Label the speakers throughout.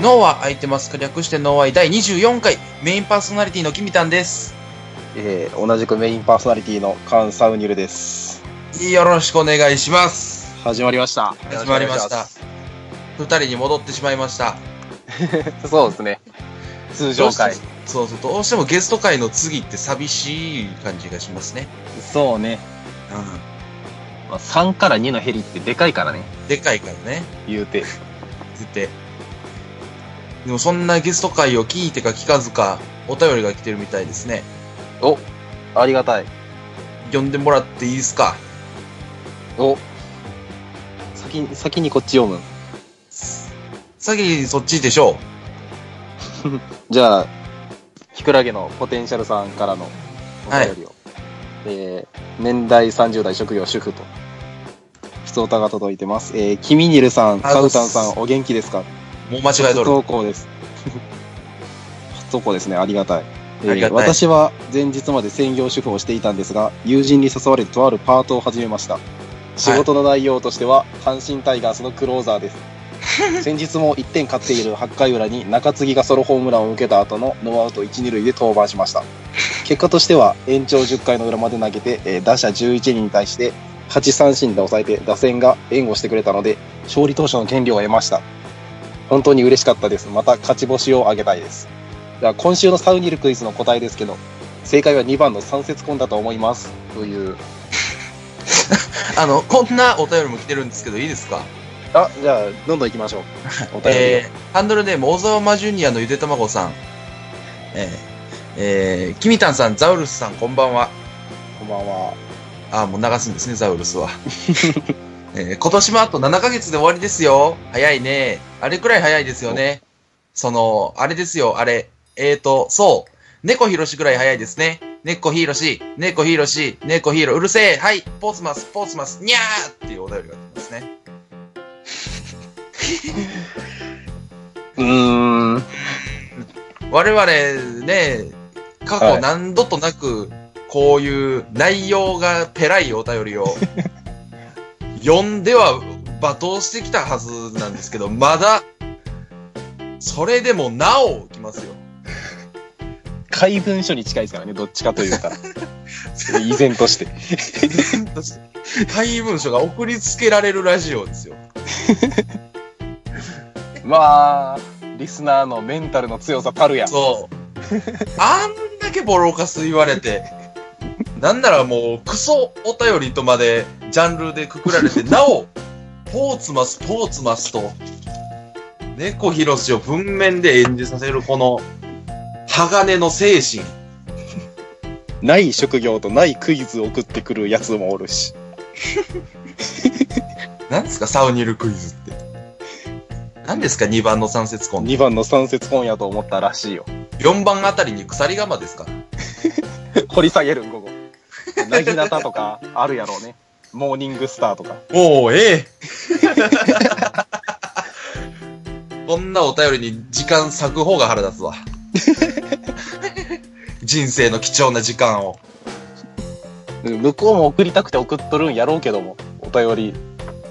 Speaker 1: 脳は空いてますか略して脳愛第24回メインパーソナリティのキミタンです
Speaker 2: えー、同じくメインパーソナリティのカン・サウニュルです。
Speaker 1: よろしくお願いします
Speaker 2: 始まりました。
Speaker 1: 始まりました二人に戻ってしまいました
Speaker 2: た。 そうですね。通常
Speaker 1: ど
Speaker 2: 回
Speaker 1: う。してそうそうどうしてもゲスト会の次って寂しい感じがしますね
Speaker 3: そうね。まあ、3から2のヘリってでかいからね。
Speaker 1: でかいからね
Speaker 2: 言うて。
Speaker 1: 絶対でもそんなゲスト会を聞いてか聞かずかお便りが来てるみたいですね
Speaker 2: お、ありがたい。
Speaker 1: 呼んでもらっていいですか
Speaker 2: お、先に、先にこっち読む。
Speaker 1: 先にそっちでしょう
Speaker 2: じゃあ、ひくらげのポテンシャルさんからのお便りを。えー、年代30代職業主婦と。普通歌が届いてます。えー、キミニルさん、
Speaker 1: ありが
Speaker 2: カ
Speaker 1: とうご
Speaker 2: ウ
Speaker 1: ざい
Speaker 2: タ
Speaker 1: ま
Speaker 2: ン
Speaker 1: す
Speaker 2: さん、お元気ですか
Speaker 1: もう間違えと
Speaker 2: 初
Speaker 1: る
Speaker 2: 投稿です。 初投稿ですね、ありがたい。えー
Speaker 1: ありがたい
Speaker 2: 私は前日まで専業主婦をしていたんですが、友人に誘われてとあるパートを始めました。仕事の内容としては、阪神タイガースのクローザーです。先日も1点勝っている8回裏に中継ぎがソロホームランを受けた後のノーアウト1、2塁で登板しました。結果としては延長10回の裏まで投げて、えー打者11人に対して8三振で抑えて打線が援護してくれたので勝利投手の権利を得ました本当に嬉しかったですまた勝ち星を挙げたいですでは今週のサウニルクイズの答えですけど正解は2番の三節婚だと思いますという
Speaker 1: あの、こんなお便りも来てるんですけど、いいですか
Speaker 2: あじゃあどんどん行きましょうお便りを、
Speaker 1: えー、ハンドルネーム、大沢間ジュニアのゆでたまごさん。えー、えー、キミタンさん、ザウルスさん、こんばんは。
Speaker 2: こんばんは
Speaker 1: あー、もう流すんですね、ザウルスは。えー、今年もあと7ヶ月で終わりですよ。早いね。あれくらい早いですよね。その、あれですよ、あれ。えーと、そう。猫ひろしくらい早いですね。猫ひろし、猫ひろし、猫ひろ、うるせえ、はい、ポーズマス、ポーズマス、にゃーっていうお便りが来てますね。
Speaker 2: うーん
Speaker 1: 我々ね、過
Speaker 2: は
Speaker 1: 去
Speaker 2: い
Speaker 1: 何度となく、こういう内容がペライお便 りを読んでは罵倒してきたはずなんですけど、まだ、それでもなお来 ますよ。
Speaker 2: 怪文書に近いですからねどっちかという か依然として
Speaker 1: 怪文書が送りつけられるラジオですよ。
Speaker 2: まあリスナーのメンタルの強さたるや
Speaker 1: そう。あんだけボロカス言われて、なんならもうクソお便りとまでジャンルでくくられて、なお、ポーツマス、ポーツマスと、猫ひろしを文面で演じさせるこの、鋼の精神。
Speaker 2: ない職業とないクイズを送ってくるやつもおるし
Speaker 1: なんですか、サウニルクイズって。なんですか、2番の三節根。
Speaker 2: 2番の三節本やと思ったらしいよ
Speaker 1: 4番あたりに鎖鎌ですか
Speaker 2: 掘り下げるん午後なぎなたとかあるやろうねモーニングスターとか
Speaker 1: もうええ。こんなお便りに時間割く方が腹 立つわ。人生の貴重な時間を。
Speaker 2: 向こうも送りたくて送っとるんやろうけどもお便り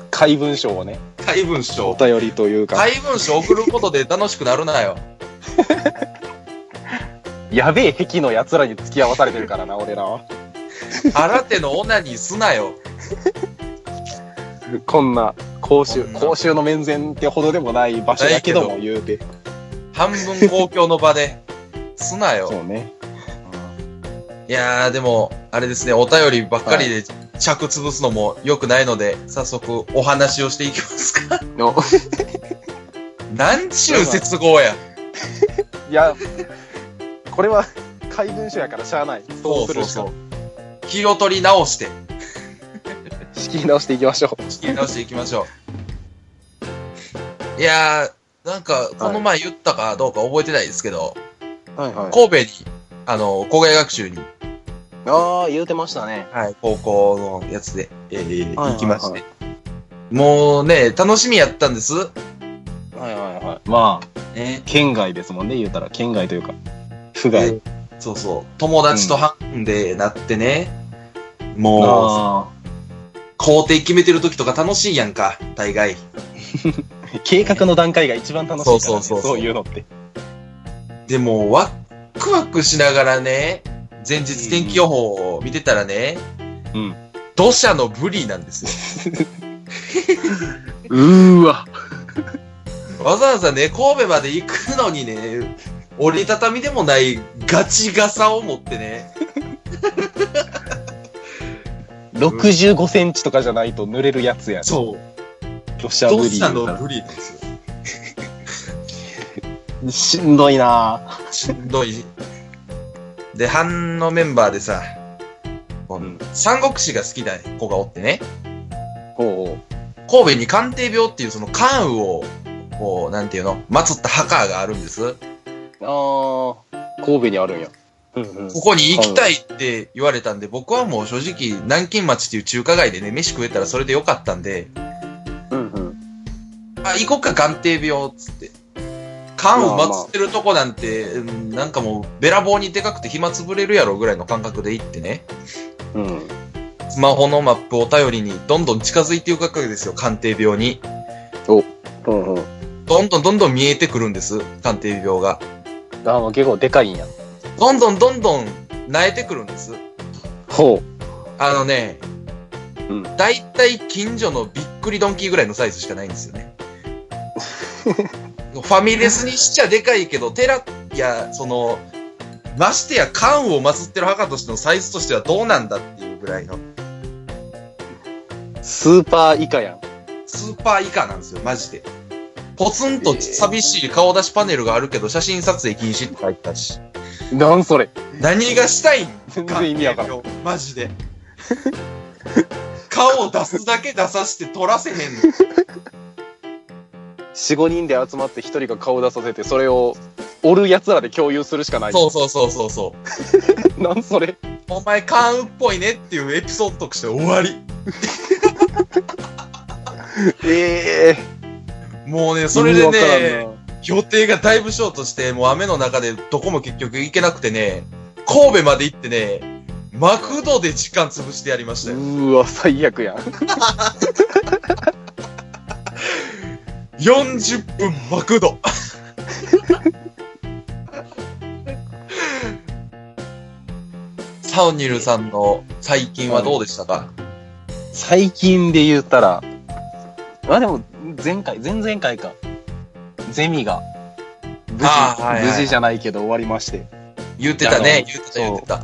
Speaker 2: 怪文章をね
Speaker 1: 怪文
Speaker 2: お
Speaker 1: 書。
Speaker 2: 便りというか
Speaker 1: 怪文書送ることで楽しくなるなよ。
Speaker 2: やべえ壁のやつらに付き合わされてるからな俺らは
Speaker 1: 新手のオナニーすなよ。
Speaker 2: こんな公衆
Speaker 1: こんな
Speaker 2: 公衆の面前ってほどでもない場所やけども
Speaker 1: な
Speaker 2: 言うて
Speaker 1: 半分公共の場で。すなよ
Speaker 2: そ。うね
Speaker 1: いやー、でも、あれですね、お便りばっかりで着潰すのも良くないので、早速お話をしていきますか。
Speaker 2: の
Speaker 1: なんちゅう接合や。
Speaker 2: いやこれは怪文書やからしゃあないそうするしか
Speaker 1: そう気を取り直して。
Speaker 2: 仕切り直していきましょ
Speaker 1: 切り直していきましょう。いやー、なんか、この前言ったかどうか覚えてないですけど、
Speaker 2: うはいはい
Speaker 1: 神戸に、あの、校外学習に、
Speaker 3: ああ、言うてましたね。
Speaker 1: はい、高校のやつで、えー
Speaker 3: はいはいはい
Speaker 1: 行きまして、もうね、楽しみやったんです。
Speaker 3: はいはいはい。
Speaker 2: まあ
Speaker 1: ね、
Speaker 2: 県外ですもんね言うたら県外というか不
Speaker 1: で
Speaker 2: 外
Speaker 1: そうそう、友達と半分でなってね、もう、
Speaker 2: あ
Speaker 1: 校庭決めてる時とか楽しいやんか、大概。
Speaker 2: あ計画の段階が一番楽しいから、ね、
Speaker 1: そうそうそうそう
Speaker 2: いうのって。
Speaker 1: でも、ワックワクしながらね、前日天気予報を見てたらね、
Speaker 2: うん。
Speaker 1: 土砂のブリなんです
Speaker 3: うーわ。
Speaker 1: よ。わざわざね、神戸まで行くのにね、折りたたみでもないガチガサを持ってね、
Speaker 2: 65センチとかじゃないと濡れるやつやね。
Speaker 1: そう、
Speaker 2: 土砂降
Speaker 1: 土
Speaker 2: り。
Speaker 1: 砂のブリなんですよ。
Speaker 2: しんどいな
Speaker 1: しんどい。で、班のメンバーでさ、この
Speaker 2: うん
Speaker 1: 三国志が好きな子がおってね、
Speaker 2: ほ
Speaker 1: 神戸に官邸病っていうその関羽を、こう、なんていうの、祀った墓があるんです。
Speaker 2: うほう。ああ、神戸にあるんや。うんうん。
Speaker 1: ここに行きたいって言われたんで、僕はもう正直、南京町っていう中華街でね、飯食えたらそれでよかったんで、
Speaker 2: うんうん。
Speaker 1: あ、行こっか、官邸病、つって。関羽祀ってるとこなんて、うんなんかもう、べらぼうにでかくて暇つぶれるやろぐらいの感覚で行ってね。
Speaker 2: うん。
Speaker 1: スマホのマップを頼りに、どんどん近づいていくわけですよ、鑑定病に。
Speaker 2: うんうん。
Speaker 1: どんどんどんどん見えてくるんです、鑑定病が。
Speaker 2: ああ、もう結構でかいんや。
Speaker 1: どんどんどんどん、慣えてくるんです。
Speaker 2: ほ
Speaker 1: あのね、
Speaker 2: うん
Speaker 1: だいたい近所のびっくりドンキーぐらいのサイズしかないんですよ ね。ファミレスにしちゃでかいけど、寺や、その、ましてや、関羽を祀ってる墓としてのサイズとしてはどうなんだっていうぐらいの、
Speaker 2: う。スーパー以下やん。
Speaker 1: スーパー以下なんですよ、マジで。ポツンと寂しい顔出しパネルがあるけど、写真撮影禁止って書いてたし。
Speaker 2: なんそれ。
Speaker 1: 何がしたいん
Speaker 2: 全然意味わからん。
Speaker 1: ん。マジで。 顔を出すだけ出させて撮らせへんの。
Speaker 2: 4、5人で集まって1人が顔出させて、それを、おる奴らで共有するしかない。
Speaker 1: そうそうそうそうそう。
Speaker 2: なんそれ。
Speaker 1: お前、関羽っぽいねっていうエピソードとして終わり。
Speaker 2: ええ
Speaker 1: もうね、それでね、
Speaker 2: ね。
Speaker 1: 予定がだいぶショートして、もう雨の中でどこも結局行けなくてね、神戸まで行ってね、マクドで時間潰してやりました
Speaker 2: う
Speaker 1: よ。
Speaker 2: ーわ、最悪やん。
Speaker 1: 40分マクド。サウニルさんの最近はどうでしたか、
Speaker 2: 最近で言ったら、
Speaker 3: まあでも、前回、前々回か。ゼミが、
Speaker 2: 無
Speaker 1: あーはいはい
Speaker 2: 事、無事じゃないけど終わりまして。
Speaker 1: 言ってたね、
Speaker 3: あの
Speaker 1: 言ってた言ってた。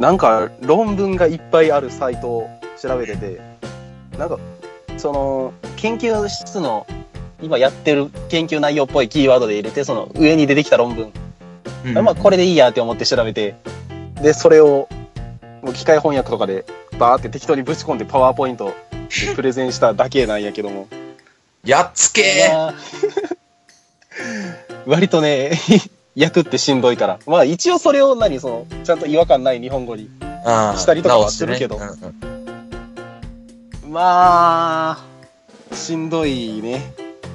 Speaker 2: なんか、論文がいっぱいあるサイトを調べてて、なんか、その、研究室の、今やってる研究内容っぽいキーワードで入れて、その上に出てきた論文
Speaker 1: うん
Speaker 2: まあこれでいいやって思って調べてでそれをもう機械翻訳とかでバーって適当にぶち込んでパワーポイン トでプレゼンしただけなんやけども
Speaker 1: やっつけー
Speaker 2: まあ 割とね訳ってしんどいからまあ一応それを何そのちゃんと違和感ない日本語に
Speaker 1: あー
Speaker 2: したりとかはするけど
Speaker 1: 直してねうんうん
Speaker 2: まあしんどいね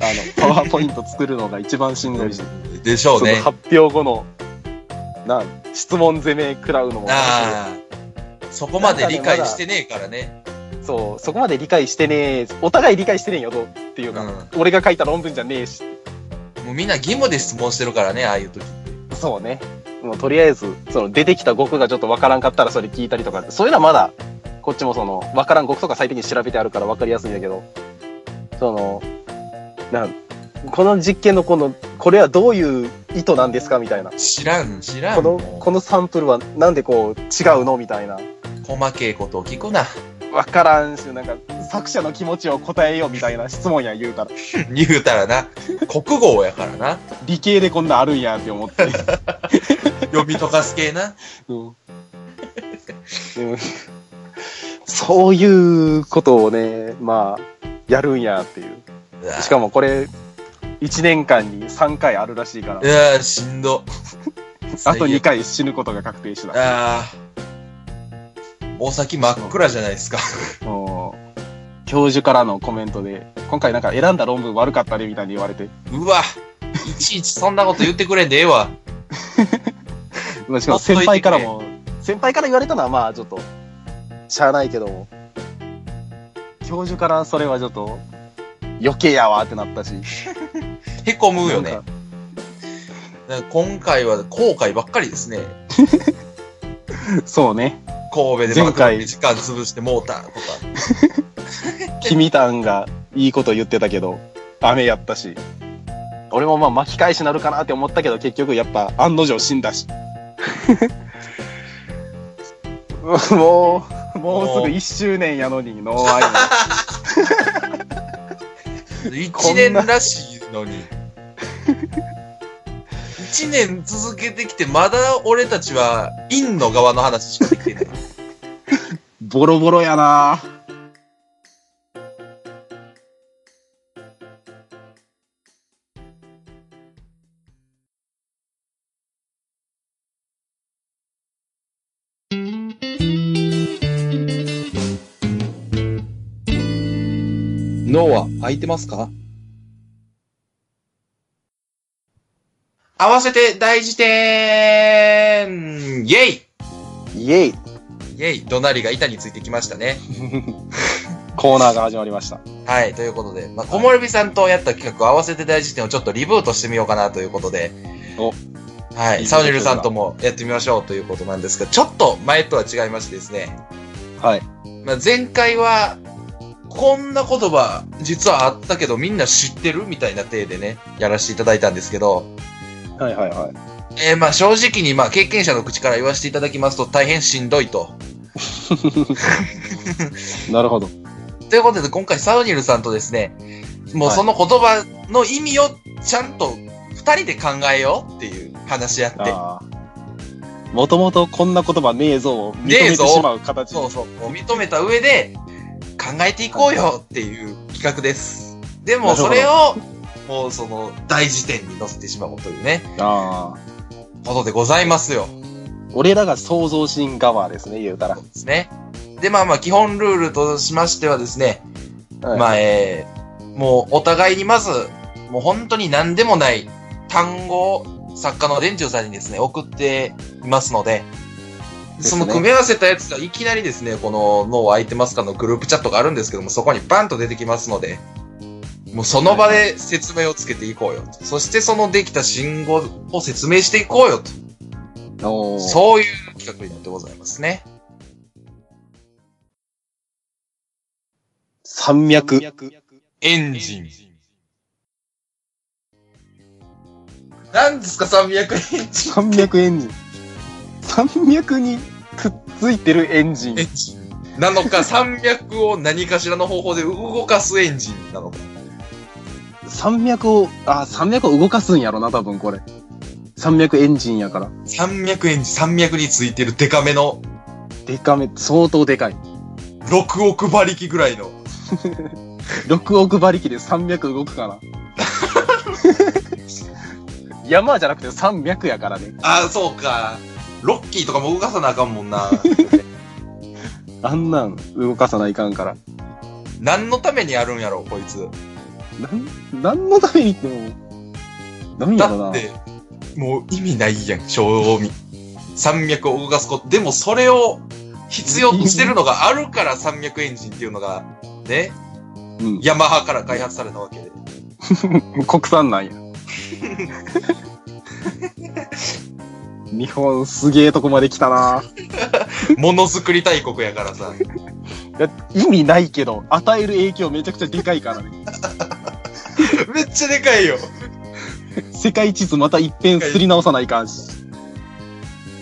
Speaker 2: あ のパワーポイント作るのが一番しんどいし、
Speaker 1: でしょう
Speaker 2: その
Speaker 1: ね。
Speaker 2: 発表後のなん質問攻め食らうのも
Speaker 1: ああ。そこまで理解してねえからね。
Speaker 2: そう、そこまで理解してねえ、お互い理解してねえよ、どうっていうか、俺が書いた論文じゃねえし。
Speaker 1: うんもうみんな義務で質問してるからね、ああいう時。
Speaker 2: そうね。もうとりあえず、その出てきた語句がちょっとわからんかったらそれ聞いたりとか、そういうのはまだ、こっちもその、わからん語句とか最適に調べてあるからわかりやすいんだけど、その、なん、この実験のこの、これはどういう意図なんですかみたいな。
Speaker 1: 知らん、知らん。
Speaker 2: この、
Speaker 1: もう
Speaker 2: このサンプルはなんでこう違うのみたいな。
Speaker 1: 細けいことを聞くな。
Speaker 2: わからんし、なんか作者の気持ちを答えようみたいな質問や言うから。
Speaker 1: 言うたらな。国語やからな。
Speaker 2: 理系でこんなんあるんやって思って。
Speaker 1: 読み解かす系な。
Speaker 2: うん、でもそういうことをねまあやるんやっていう
Speaker 1: うわ
Speaker 2: しかもこれ1年間に3回あるらしいから
Speaker 1: うわしんど。
Speaker 2: あと2
Speaker 1: 回。
Speaker 2: 回死ぬことが確定した
Speaker 1: ああ。お先真っ暗じゃないですか。
Speaker 2: うん教授からのコメントで今回なんか選んだ論文悪かったねみたいに言われて
Speaker 1: うわ。いちいちそんなこと言ってくれんでええわ。
Speaker 2: まあしかも先輩からも先輩から言われたのはまあちょっとしゃあないけども教授からそれはちょっと余計やわってなったし。
Speaker 1: へこむよね
Speaker 2: な。んか
Speaker 1: だから今回は後悔ばっかりですね。
Speaker 2: そうね。
Speaker 1: 神戸で
Speaker 2: 前
Speaker 1: ば
Speaker 2: 回
Speaker 1: 時間潰してもうたとか。
Speaker 2: 君たんがいいこと言ってたけど、雨やったし。俺もまあ巻き返しなるかなって思ったけど、結局やっぱ案の定死んだし。 もう、もうすぐ1周年やのに、ノーアイの。
Speaker 1: 一年らしいの に。一年続けてきて、まだ俺たちは、陰の側の話しかできてない。
Speaker 2: ボロボロやな脳は空いてますか
Speaker 1: 合わせて大辞典イェイイ
Speaker 2: イエイ
Speaker 1: ェイ怒鳴りが板についてきましたね。
Speaker 2: コーナーが始まりました。
Speaker 1: はい、ということで、まあ、木漏れ日さんとやった企画合わせて大辞典をちょっとリブートしてみようかなということで、
Speaker 2: お
Speaker 1: はいい、
Speaker 2: いい
Speaker 1: サウニルさんともやってみましょうということなんですが、ちょっと前とは違いましてですね、
Speaker 2: はい。
Speaker 1: まあ、前回は、こんな言葉、実はあったけど、みんな知ってるみたいな体でね、やらせていただいたんですけど、
Speaker 2: はいはいはい。
Speaker 1: えーまあ正直に、まあ経験者の口から言わせていただきますと、大変しんどいと。
Speaker 2: なるほど。
Speaker 1: ということで、今回サウニルさんとですね、もう
Speaker 2: はい
Speaker 1: その言葉の意味をちゃんと二人で考えようっていう話し合って、
Speaker 2: ああ。もともとこんな言葉ねえぞを認めてしまう形
Speaker 1: そうそう、もう認めた上で考えていこうよっていう企画です。で
Speaker 2: な
Speaker 1: も
Speaker 2: るほ
Speaker 1: そ
Speaker 2: ど
Speaker 1: れを、もうその大辞典に載せてしまおうというね、
Speaker 2: ああ。
Speaker 1: ことでございますよ。
Speaker 2: 俺らが創造神側ですね、言うたら
Speaker 1: そう。ですね。で、まあまあ基本ルールとしましてはですね、
Speaker 2: はい
Speaker 1: まあ、えーもうお互いにまず、もう本当に何でもない単語を作家の伝中さんにですね、送っていますので、
Speaker 2: ですね
Speaker 1: その組み合わせたやつがいきなりですね、この脳空いてますかのグループチャットがあるんですけども、そこにバンと出てきますので、もうその場で説明をつけていこうよ。そしてそのできた信号を説明していこうよと。
Speaker 2: おー
Speaker 1: そういう企画になってございますね。
Speaker 2: 山脈。
Speaker 1: エンジン。何ですか、山脈エンジ
Speaker 2: 山脈エンジン。山脈にくっついてるエンジ
Speaker 1: ン。エ
Speaker 2: ン。
Speaker 1: ンジン。なのか、山脈を何かしらの方法で動かすエンジンなのか。
Speaker 2: 山脈を、あ、山脈を動かすんやろな、多分これ。山脈エンジンやから。
Speaker 1: 山脈エンジン、山脈についてるデカめの
Speaker 2: でかめ、相当でかい。
Speaker 1: 6億馬力ぐらいの。
Speaker 2: 6億馬力で300動くかな。 山じゃなくて山脈やからね。
Speaker 1: ああ、そうか。ロッキーとかも動かさなあかんもんな。
Speaker 2: あんなん動かさないかんから。
Speaker 1: 何のためにやるんやろ、こいつ。
Speaker 2: なん、なんのためにってもう、なんやろ
Speaker 1: だっ
Speaker 2: な。
Speaker 1: て、もう意味ないやん、正味。山脈を動かすこと。でもそれを必要としてるのがあるから山脈エンジンっていうのが、ね、
Speaker 2: うん。
Speaker 1: ヤマハから開発されたわけで。
Speaker 2: 国産なんや。日本すげえとこまで来たな
Speaker 1: ものづくり大国やからさ。
Speaker 2: 意味ないけど、与える影響めちゃくちゃでかいからね。
Speaker 1: めっちゃでかいよ。
Speaker 2: 世界地図また一遍すり直さないかんし。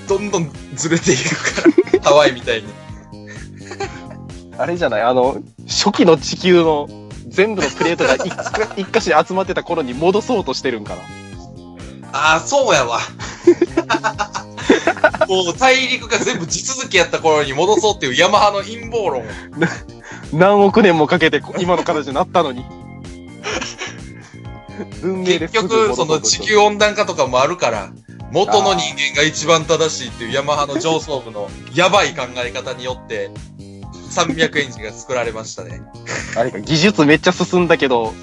Speaker 1: どんどんずれていくから。ハワイみたいに。
Speaker 2: あれじゃないあの、初期の地球の全部のプレートが一 一箇所に集まってた頃に戻そうとしてるんかな。
Speaker 1: ああ、そうやわ。 もう大陸が全部地続きやった頃に戻そうっていうヤマハの陰謀論。
Speaker 2: 何億年もかけてこ今の形になったのに。文明で
Speaker 1: 結
Speaker 2: すぐ
Speaker 1: 局、そ
Speaker 2: 戻そう
Speaker 1: の
Speaker 2: とし
Speaker 1: 地
Speaker 2: てる
Speaker 1: 球温暖化とかもあるから、元の人間が一番正しいっていうヤマハの上層部のやばい考え方によって、300エンジンが作られましたね。
Speaker 2: あれか、技術めっちゃ進んだけど、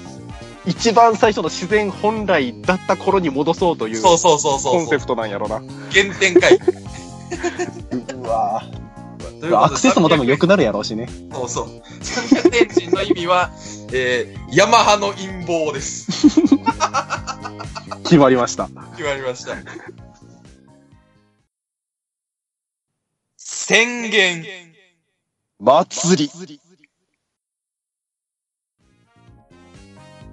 Speaker 2: 一番最初の自然本来だった頃に戻そうという
Speaker 1: そうそうそうそ
Speaker 2: コ
Speaker 1: う
Speaker 2: ン
Speaker 1: そ
Speaker 2: セ
Speaker 1: う。
Speaker 2: プトなんやろな。
Speaker 1: 原点回帰。
Speaker 2: うわ
Speaker 1: ということで
Speaker 2: アクセスも多分良くなるやろうしね。
Speaker 1: そうそう。三百天神の意味は、えー、ヤマハの陰謀です。
Speaker 2: 決まりました。
Speaker 1: 決まりました。宣言。
Speaker 2: 祭り。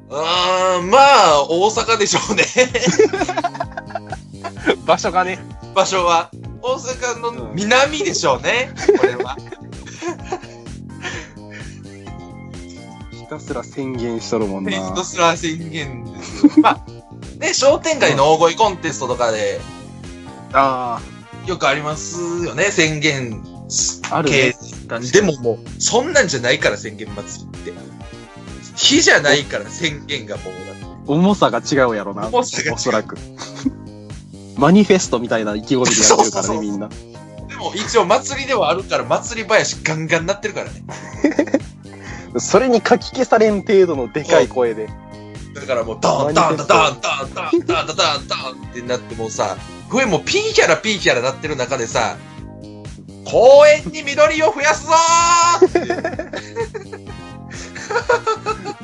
Speaker 1: あー、まあ、大阪でしょうね。
Speaker 3: 場所がね、
Speaker 1: 場所は。大阪の南でしょうね。これは。
Speaker 2: ひたすら宣言しとるもん
Speaker 1: フェイス
Speaker 2: な
Speaker 1: ト。スラー宣言ですよ。まあ、ね、商店街の大声コンテストとかで、
Speaker 2: あ
Speaker 1: よ くありますよね、宣言し
Speaker 2: あ、ある
Speaker 1: 系
Speaker 2: ね。
Speaker 1: でももう、そんなんじゃないから宣言祭りって。火じゃないから宣言がもうだって
Speaker 2: 重さが違うやろな。
Speaker 1: 重さが違う
Speaker 2: おそらく。 マニフェストみたいな意気込みでやってるから
Speaker 1: そうそうそう
Speaker 2: ね、みんな。
Speaker 1: でも一応祭りではあるから、祭り林ガンガンなってるからね。
Speaker 2: それにかき消されん程度のでかい声で。
Speaker 1: だからもう、ダンダンダンダンダンダンダンダンダンダンってなってもうさ、笛もピーキャラピーキャラなってる中でさ、公園に緑を増やすぞーって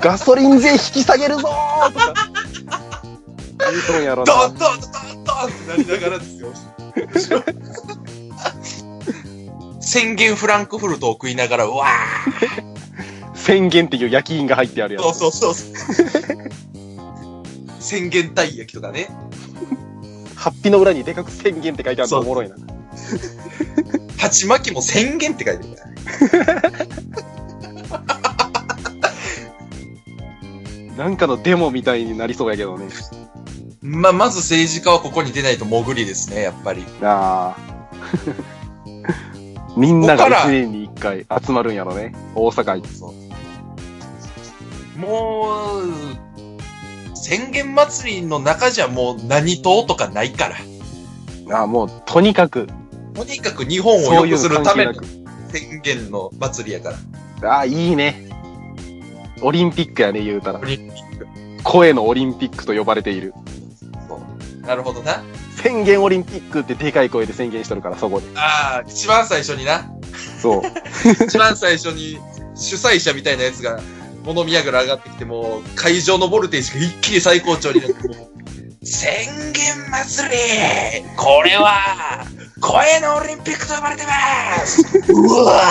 Speaker 2: ガソリン税引き下げるぞーとか。言うとんやろ
Speaker 1: ド
Speaker 2: な
Speaker 1: ン。ドンドンドンってなりながらですよ。宣言フランクフルトを食いながら、うわー
Speaker 2: 宣言っていう焼き印が入ってあるや
Speaker 1: そう
Speaker 2: つ。
Speaker 1: そうそうそう。宣言たい焼きとかね。
Speaker 2: ハッピーの裏にでかく宣言って書いてある
Speaker 1: そ
Speaker 2: の
Speaker 1: う
Speaker 2: おもろいな。
Speaker 1: 鉢巻きも宣言って書いてるから。
Speaker 2: なんかのデモみたいになりそうやけどね。
Speaker 1: まあ、まず政治家はここに出ないと潜りですね、やっぱり。
Speaker 2: ああ。 みんなが1年に1回集まるんやろね。大阪に。
Speaker 1: そうもう、宣言祭りの中じゃもう何党とかないから。
Speaker 2: ああ、もうとにかく、
Speaker 1: とにかく日本を
Speaker 2: そう
Speaker 1: 良
Speaker 2: い
Speaker 1: くす
Speaker 2: う
Speaker 1: る
Speaker 2: の
Speaker 1: た
Speaker 2: 関
Speaker 1: めの
Speaker 2: 係なく。
Speaker 1: 宣言の祭りやから。
Speaker 2: ああ、いいね。オリンピックやね、言うたら
Speaker 1: オ。リンピ
Speaker 2: 声のオリンピックと呼ばれている。
Speaker 1: そうなるほどな。
Speaker 2: 宣言オリンピックってでかい声で宣言しとるから、そこで。
Speaker 1: ああ、一番最初にな。
Speaker 2: そう。
Speaker 1: 一番最初に主催者みたいなやつが物見やぐら上がってきて、もう会場のボルテージが一気に最高潮になって、もう宣言祭りこれは声のオリンピックと呼ばれてますうわ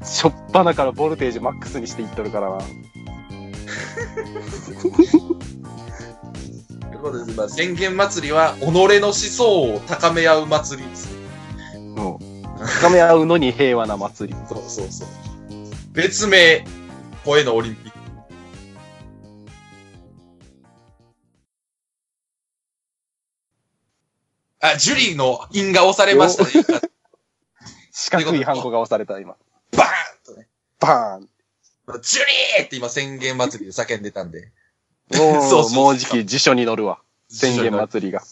Speaker 1: ー
Speaker 2: しょっぱなからボルテージマックスにしていっとるからな。
Speaker 1: ということです、まあ、宣言祭りは己の思想を高め合う祭りです。
Speaker 2: も う。高め合うのに平和な祭り。
Speaker 1: そうそうそう。別名、声のオリンピック。あ、ジュリーの印が押されましたね。今
Speaker 2: 四角いハンコが押された、今。
Speaker 1: バーンとね。
Speaker 2: バ ーン
Speaker 1: ジュリーって今宣言祭りで叫んでたんで。
Speaker 2: もう
Speaker 1: そうそうそう
Speaker 2: もうじき辞書に載るわ。宣言祭りが。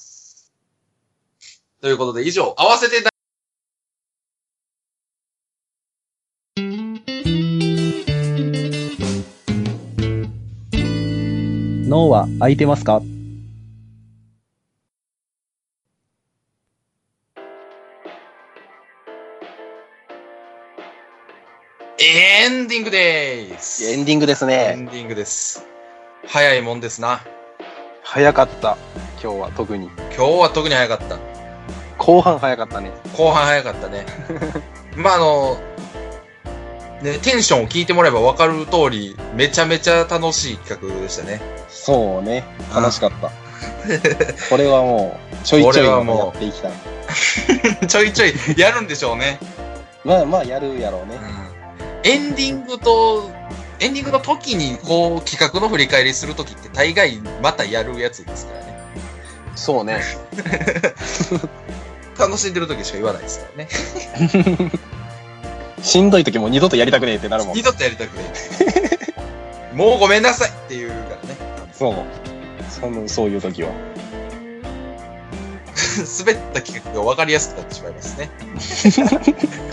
Speaker 1: ということで以上、合わせてだ
Speaker 2: 脳は空いてますか
Speaker 1: エンディングでーす。
Speaker 2: エンディングです
Speaker 1: エ
Speaker 2: ね。
Speaker 1: ンディングです。早いもんですな。
Speaker 2: 早かった。今日は特に。
Speaker 1: 今日は特に早かった。
Speaker 2: 後半早かったね。
Speaker 1: 後半早かったね。 まああの、ね、テンションを聞いてもらえば分かる通り、めちゃめちゃ楽しい企画でしたね。
Speaker 2: そうね。楽しか った。これはもう、ちょいちょい
Speaker 1: これは
Speaker 2: また
Speaker 1: もう
Speaker 2: やっていきたい。
Speaker 1: ちょいちょいやるんでしょうね。
Speaker 2: まあまあやるやろうね。
Speaker 1: エンディングと、エンディングの時にこう企画の振り返りする時って大概またやるやつですからね。
Speaker 2: そうね。
Speaker 1: 楽しんでる時しか言わないですからね。
Speaker 2: しんどい時も二度とやりたくねえってなるもん
Speaker 1: 二。度とやりたくない。もうごめんなさい っていうからね。
Speaker 2: そう。そのそういう時は。
Speaker 1: 滑った企画が分かりやすくなってしまいます ね。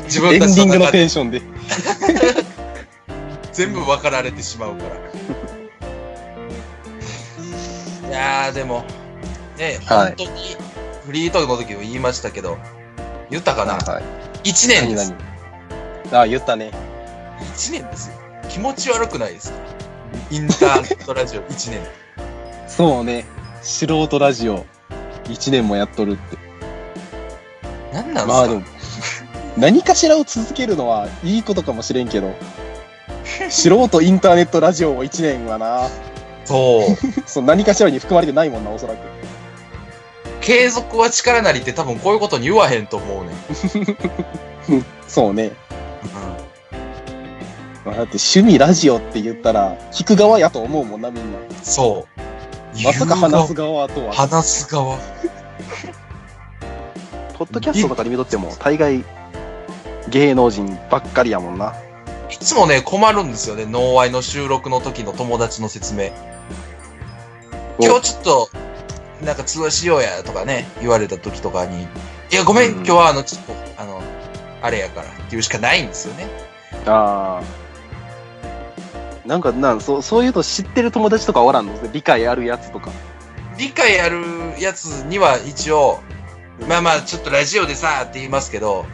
Speaker 1: 自
Speaker 2: エ
Speaker 1: 分
Speaker 2: ンデ
Speaker 1: たち
Speaker 2: ィン
Speaker 1: の
Speaker 2: グの
Speaker 1: 中で
Speaker 2: テンションで。
Speaker 1: 全部分かられてしまうから。 いやー、でも、ね、
Speaker 2: はい
Speaker 1: 本当に、フリートークの時も言いましたけど、言ったかな、
Speaker 2: はい。
Speaker 1: 1年です。
Speaker 2: 何ああ、言ったね。
Speaker 1: 1年ですよ。気持ち悪くないですかインターネットラジオ1年。
Speaker 2: そうね。素人ラジオ、1年もやっとるって。
Speaker 1: 何なんすか、
Speaker 2: まあでも、何かしらを続けるのはいいことかもしれんけど、素人インターネットラジオを1年はな、
Speaker 1: そう。
Speaker 2: その何かしらに含まれてないもんな、おそらく。
Speaker 1: 継続は力なりって多分こういうことに言わへんと思うねん。
Speaker 2: そうね。まあだって趣味ラジオって言ったら、聞く側やと思うもんな、みんな。
Speaker 1: そう。
Speaker 2: まさか話す側とは。
Speaker 1: 話す側。
Speaker 2: ポッドキャストとかに見とっても、大概、芸能人ばっかりやもんな。
Speaker 1: いつもね、困るんですよね。脳愛の収録の時の友達の説明。
Speaker 2: お
Speaker 1: 今日ちょっと、なんか通話しようやとかね、言われた時とかに、いや、ごめん、
Speaker 2: うん
Speaker 1: 今日はあの、ちょっと、あの、あれやからっていうしかないんですよね。
Speaker 2: ああ。なんか、なん、そう、そういうの知ってる友達とかおらんの理解あるやつとか。
Speaker 1: 理解あるやつには一応、まあまあ、ちょっとラジオでさって言いますけど、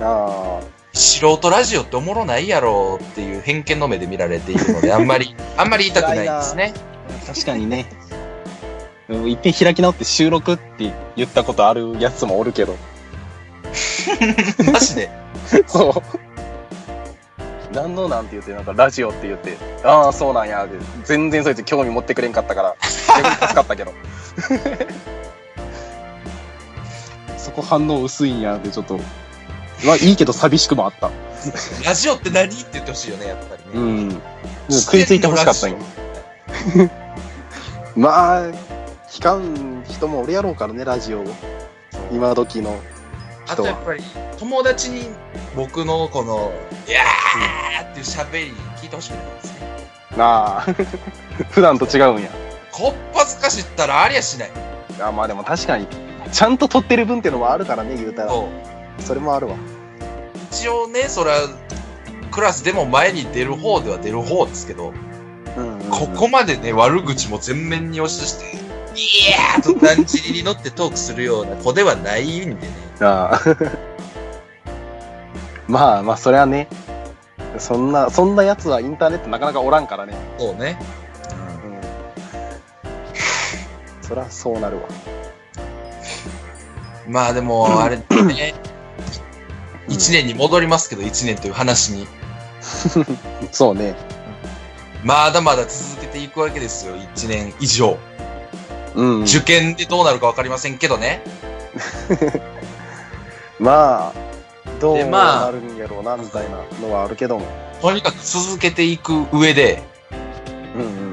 Speaker 2: あ
Speaker 1: 素人ラジオっておもろないやろっていう偏見の目で見られているので、あんまり、あんまり言いたくないですね。
Speaker 2: あ。確かにね。うん一遍開き直って収録って言ったことあるやつもおるけど。
Speaker 1: マジで。
Speaker 2: そう。何のなんて言って、なんかラジオって言って、ああ、そうなんや、で全然そいつ興味持ってくれんかったから、逆に助かったけど。 そこ反応薄いんや、でちょっと。まあいいけど寂しくもあった。
Speaker 1: ラジオって何って言ってほしいよね、やっぱりね。
Speaker 2: うん。食いついてほしかったんや。 まあ、聞かん人も俺やろうからね、ラジオを。今時の。
Speaker 1: あとやっぱり友達に僕のこの「いやー!」っていう喋り聞いてほしくないですね
Speaker 2: なあ。 普段と違うんや。
Speaker 1: こっぱずかしったらありゃしない
Speaker 2: あまあでも確かに、ちゃんと撮ってる分っていうのもあるからね、言うたら。
Speaker 1: と
Speaker 2: それもあるわ。
Speaker 1: 一応ねそれはクラスでも前に出る方では出る方ですけど、
Speaker 2: うんうんうん
Speaker 1: ここまでね悪口も全面に押し出して「いやー!」とだんじりに乗ってトークするような子ではないんでね
Speaker 2: あ あまあまあそりゃねそんなそんなやつはインターネットなかなかおらんからね、
Speaker 1: そうね、
Speaker 2: うん、そりゃそうなるわ
Speaker 1: まあでもあれ ね1年に戻りますけど1年という話に
Speaker 2: そうね
Speaker 1: まだまだ続けていくわけですよ、1年以上。
Speaker 2: うん
Speaker 1: 受験でどうなるかわかりませんけどね。
Speaker 2: まあどう
Speaker 1: でま
Speaker 2: な
Speaker 1: あ
Speaker 2: るんやろうなみたいなのはあるけども、
Speaker 1: とにかく続けていく上で、
Speaker 2: うん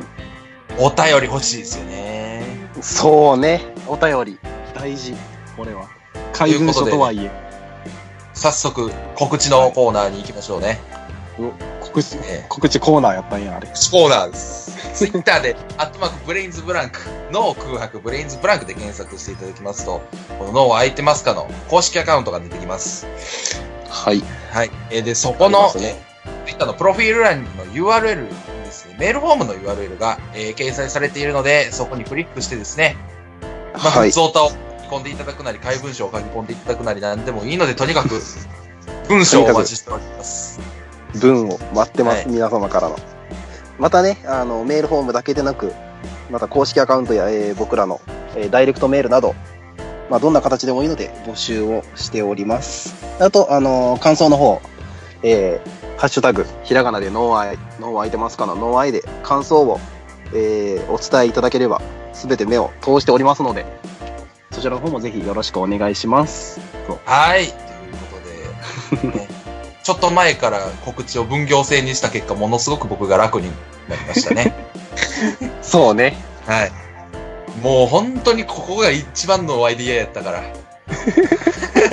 Speaker 1: お便り欲しいですよね。
Speaker 2: うん、そうねお便り大事これは怪文書とはいえ
Speaker 1: 早速、告知のコーナーに行きましょうね。
Speaker 2: 告知
Speaker 1: え
Speaker 2: 告知コーナーやったんやあ
Speaker 1: ー
Speaker 2: れ
Speaker 1: 告知コーナーです。ツイッターで、アットマークブレインズブランク、脳空白ブレインズブランクで検索していただきますと、この脳は空いてますかの公式アカウントが出てきます。
Speaker 2: はい
Speaker 1: はい。えーで、そこの
Speaker 2: あ、りますね
Speaker 1: ツイッターのプロフィール欄の URL ですね、メールフォームの URL が、えー掲載されているので、そこにクリックしてですね、まあ、
Speaker 2: は
Speaker 1: 普
Speaker 2: い
Speaker 1: 通歌を書き込んでいただくなり、怪文書を書き込んでいただくなり、何でもいいので、とにか く、文章をお待ちしております。
Speaker 2: 文を待ってます、
Speaker 1: はい
Speaker 2: 皆様からのまたねあのメールフォームだけでなくまた公式アカウントや、えー僕らの、えーダイレクトメールなど、まあ、どんな形でもいいので募集をしておりますあと、あのー感想の方、えーハッシュタグひらがなでノーアイノー空いてますかのノーアイで感想を、えーお伝えいただければ全て目を通しておりますのでそちらの方もぜひよろしくお願いします
Speaker 1: はい。ということで、ね ちょっと前から告知を分業制にした結果、ものすごく僕が楽になりました ね。
Speaker 2: そうね
Speaker 1: はい。もう本当にここが一番のおアイディアやったから、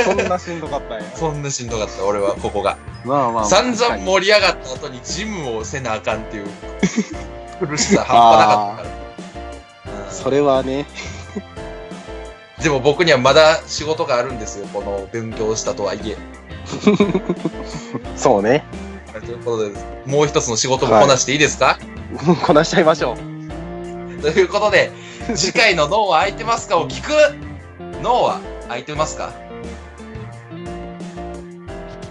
Speaker 2: そんなしんどかったんや
Speaker 1: そんなしんどかった、俺はここが。
Speaker 2: まあまあ、まあ、
Speaker 1: 散々
Speaker 2: 確かに
Speaker 1: 盛り上がった後にジムをせなあかんって いう苦しさ半端なかったから。うん
Speaker 2: それはね
Speaker 1: でも僕にはまだ仕事があるんですよ、この勉強したとはいえ。
Speaker 2: そうね。
Speaker 1: ということで、もう一つの仕事もこなしていいですか、
Speaker 2: こなしちゃいましょ
Speaker 1: ということ で、次回の脳は空いてますかを聞く脳は空いてますか
Speaker 2: う。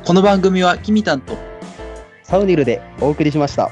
Speaker 4: この番組はキミタンと
Speaker 2: サウニルでお送りしました。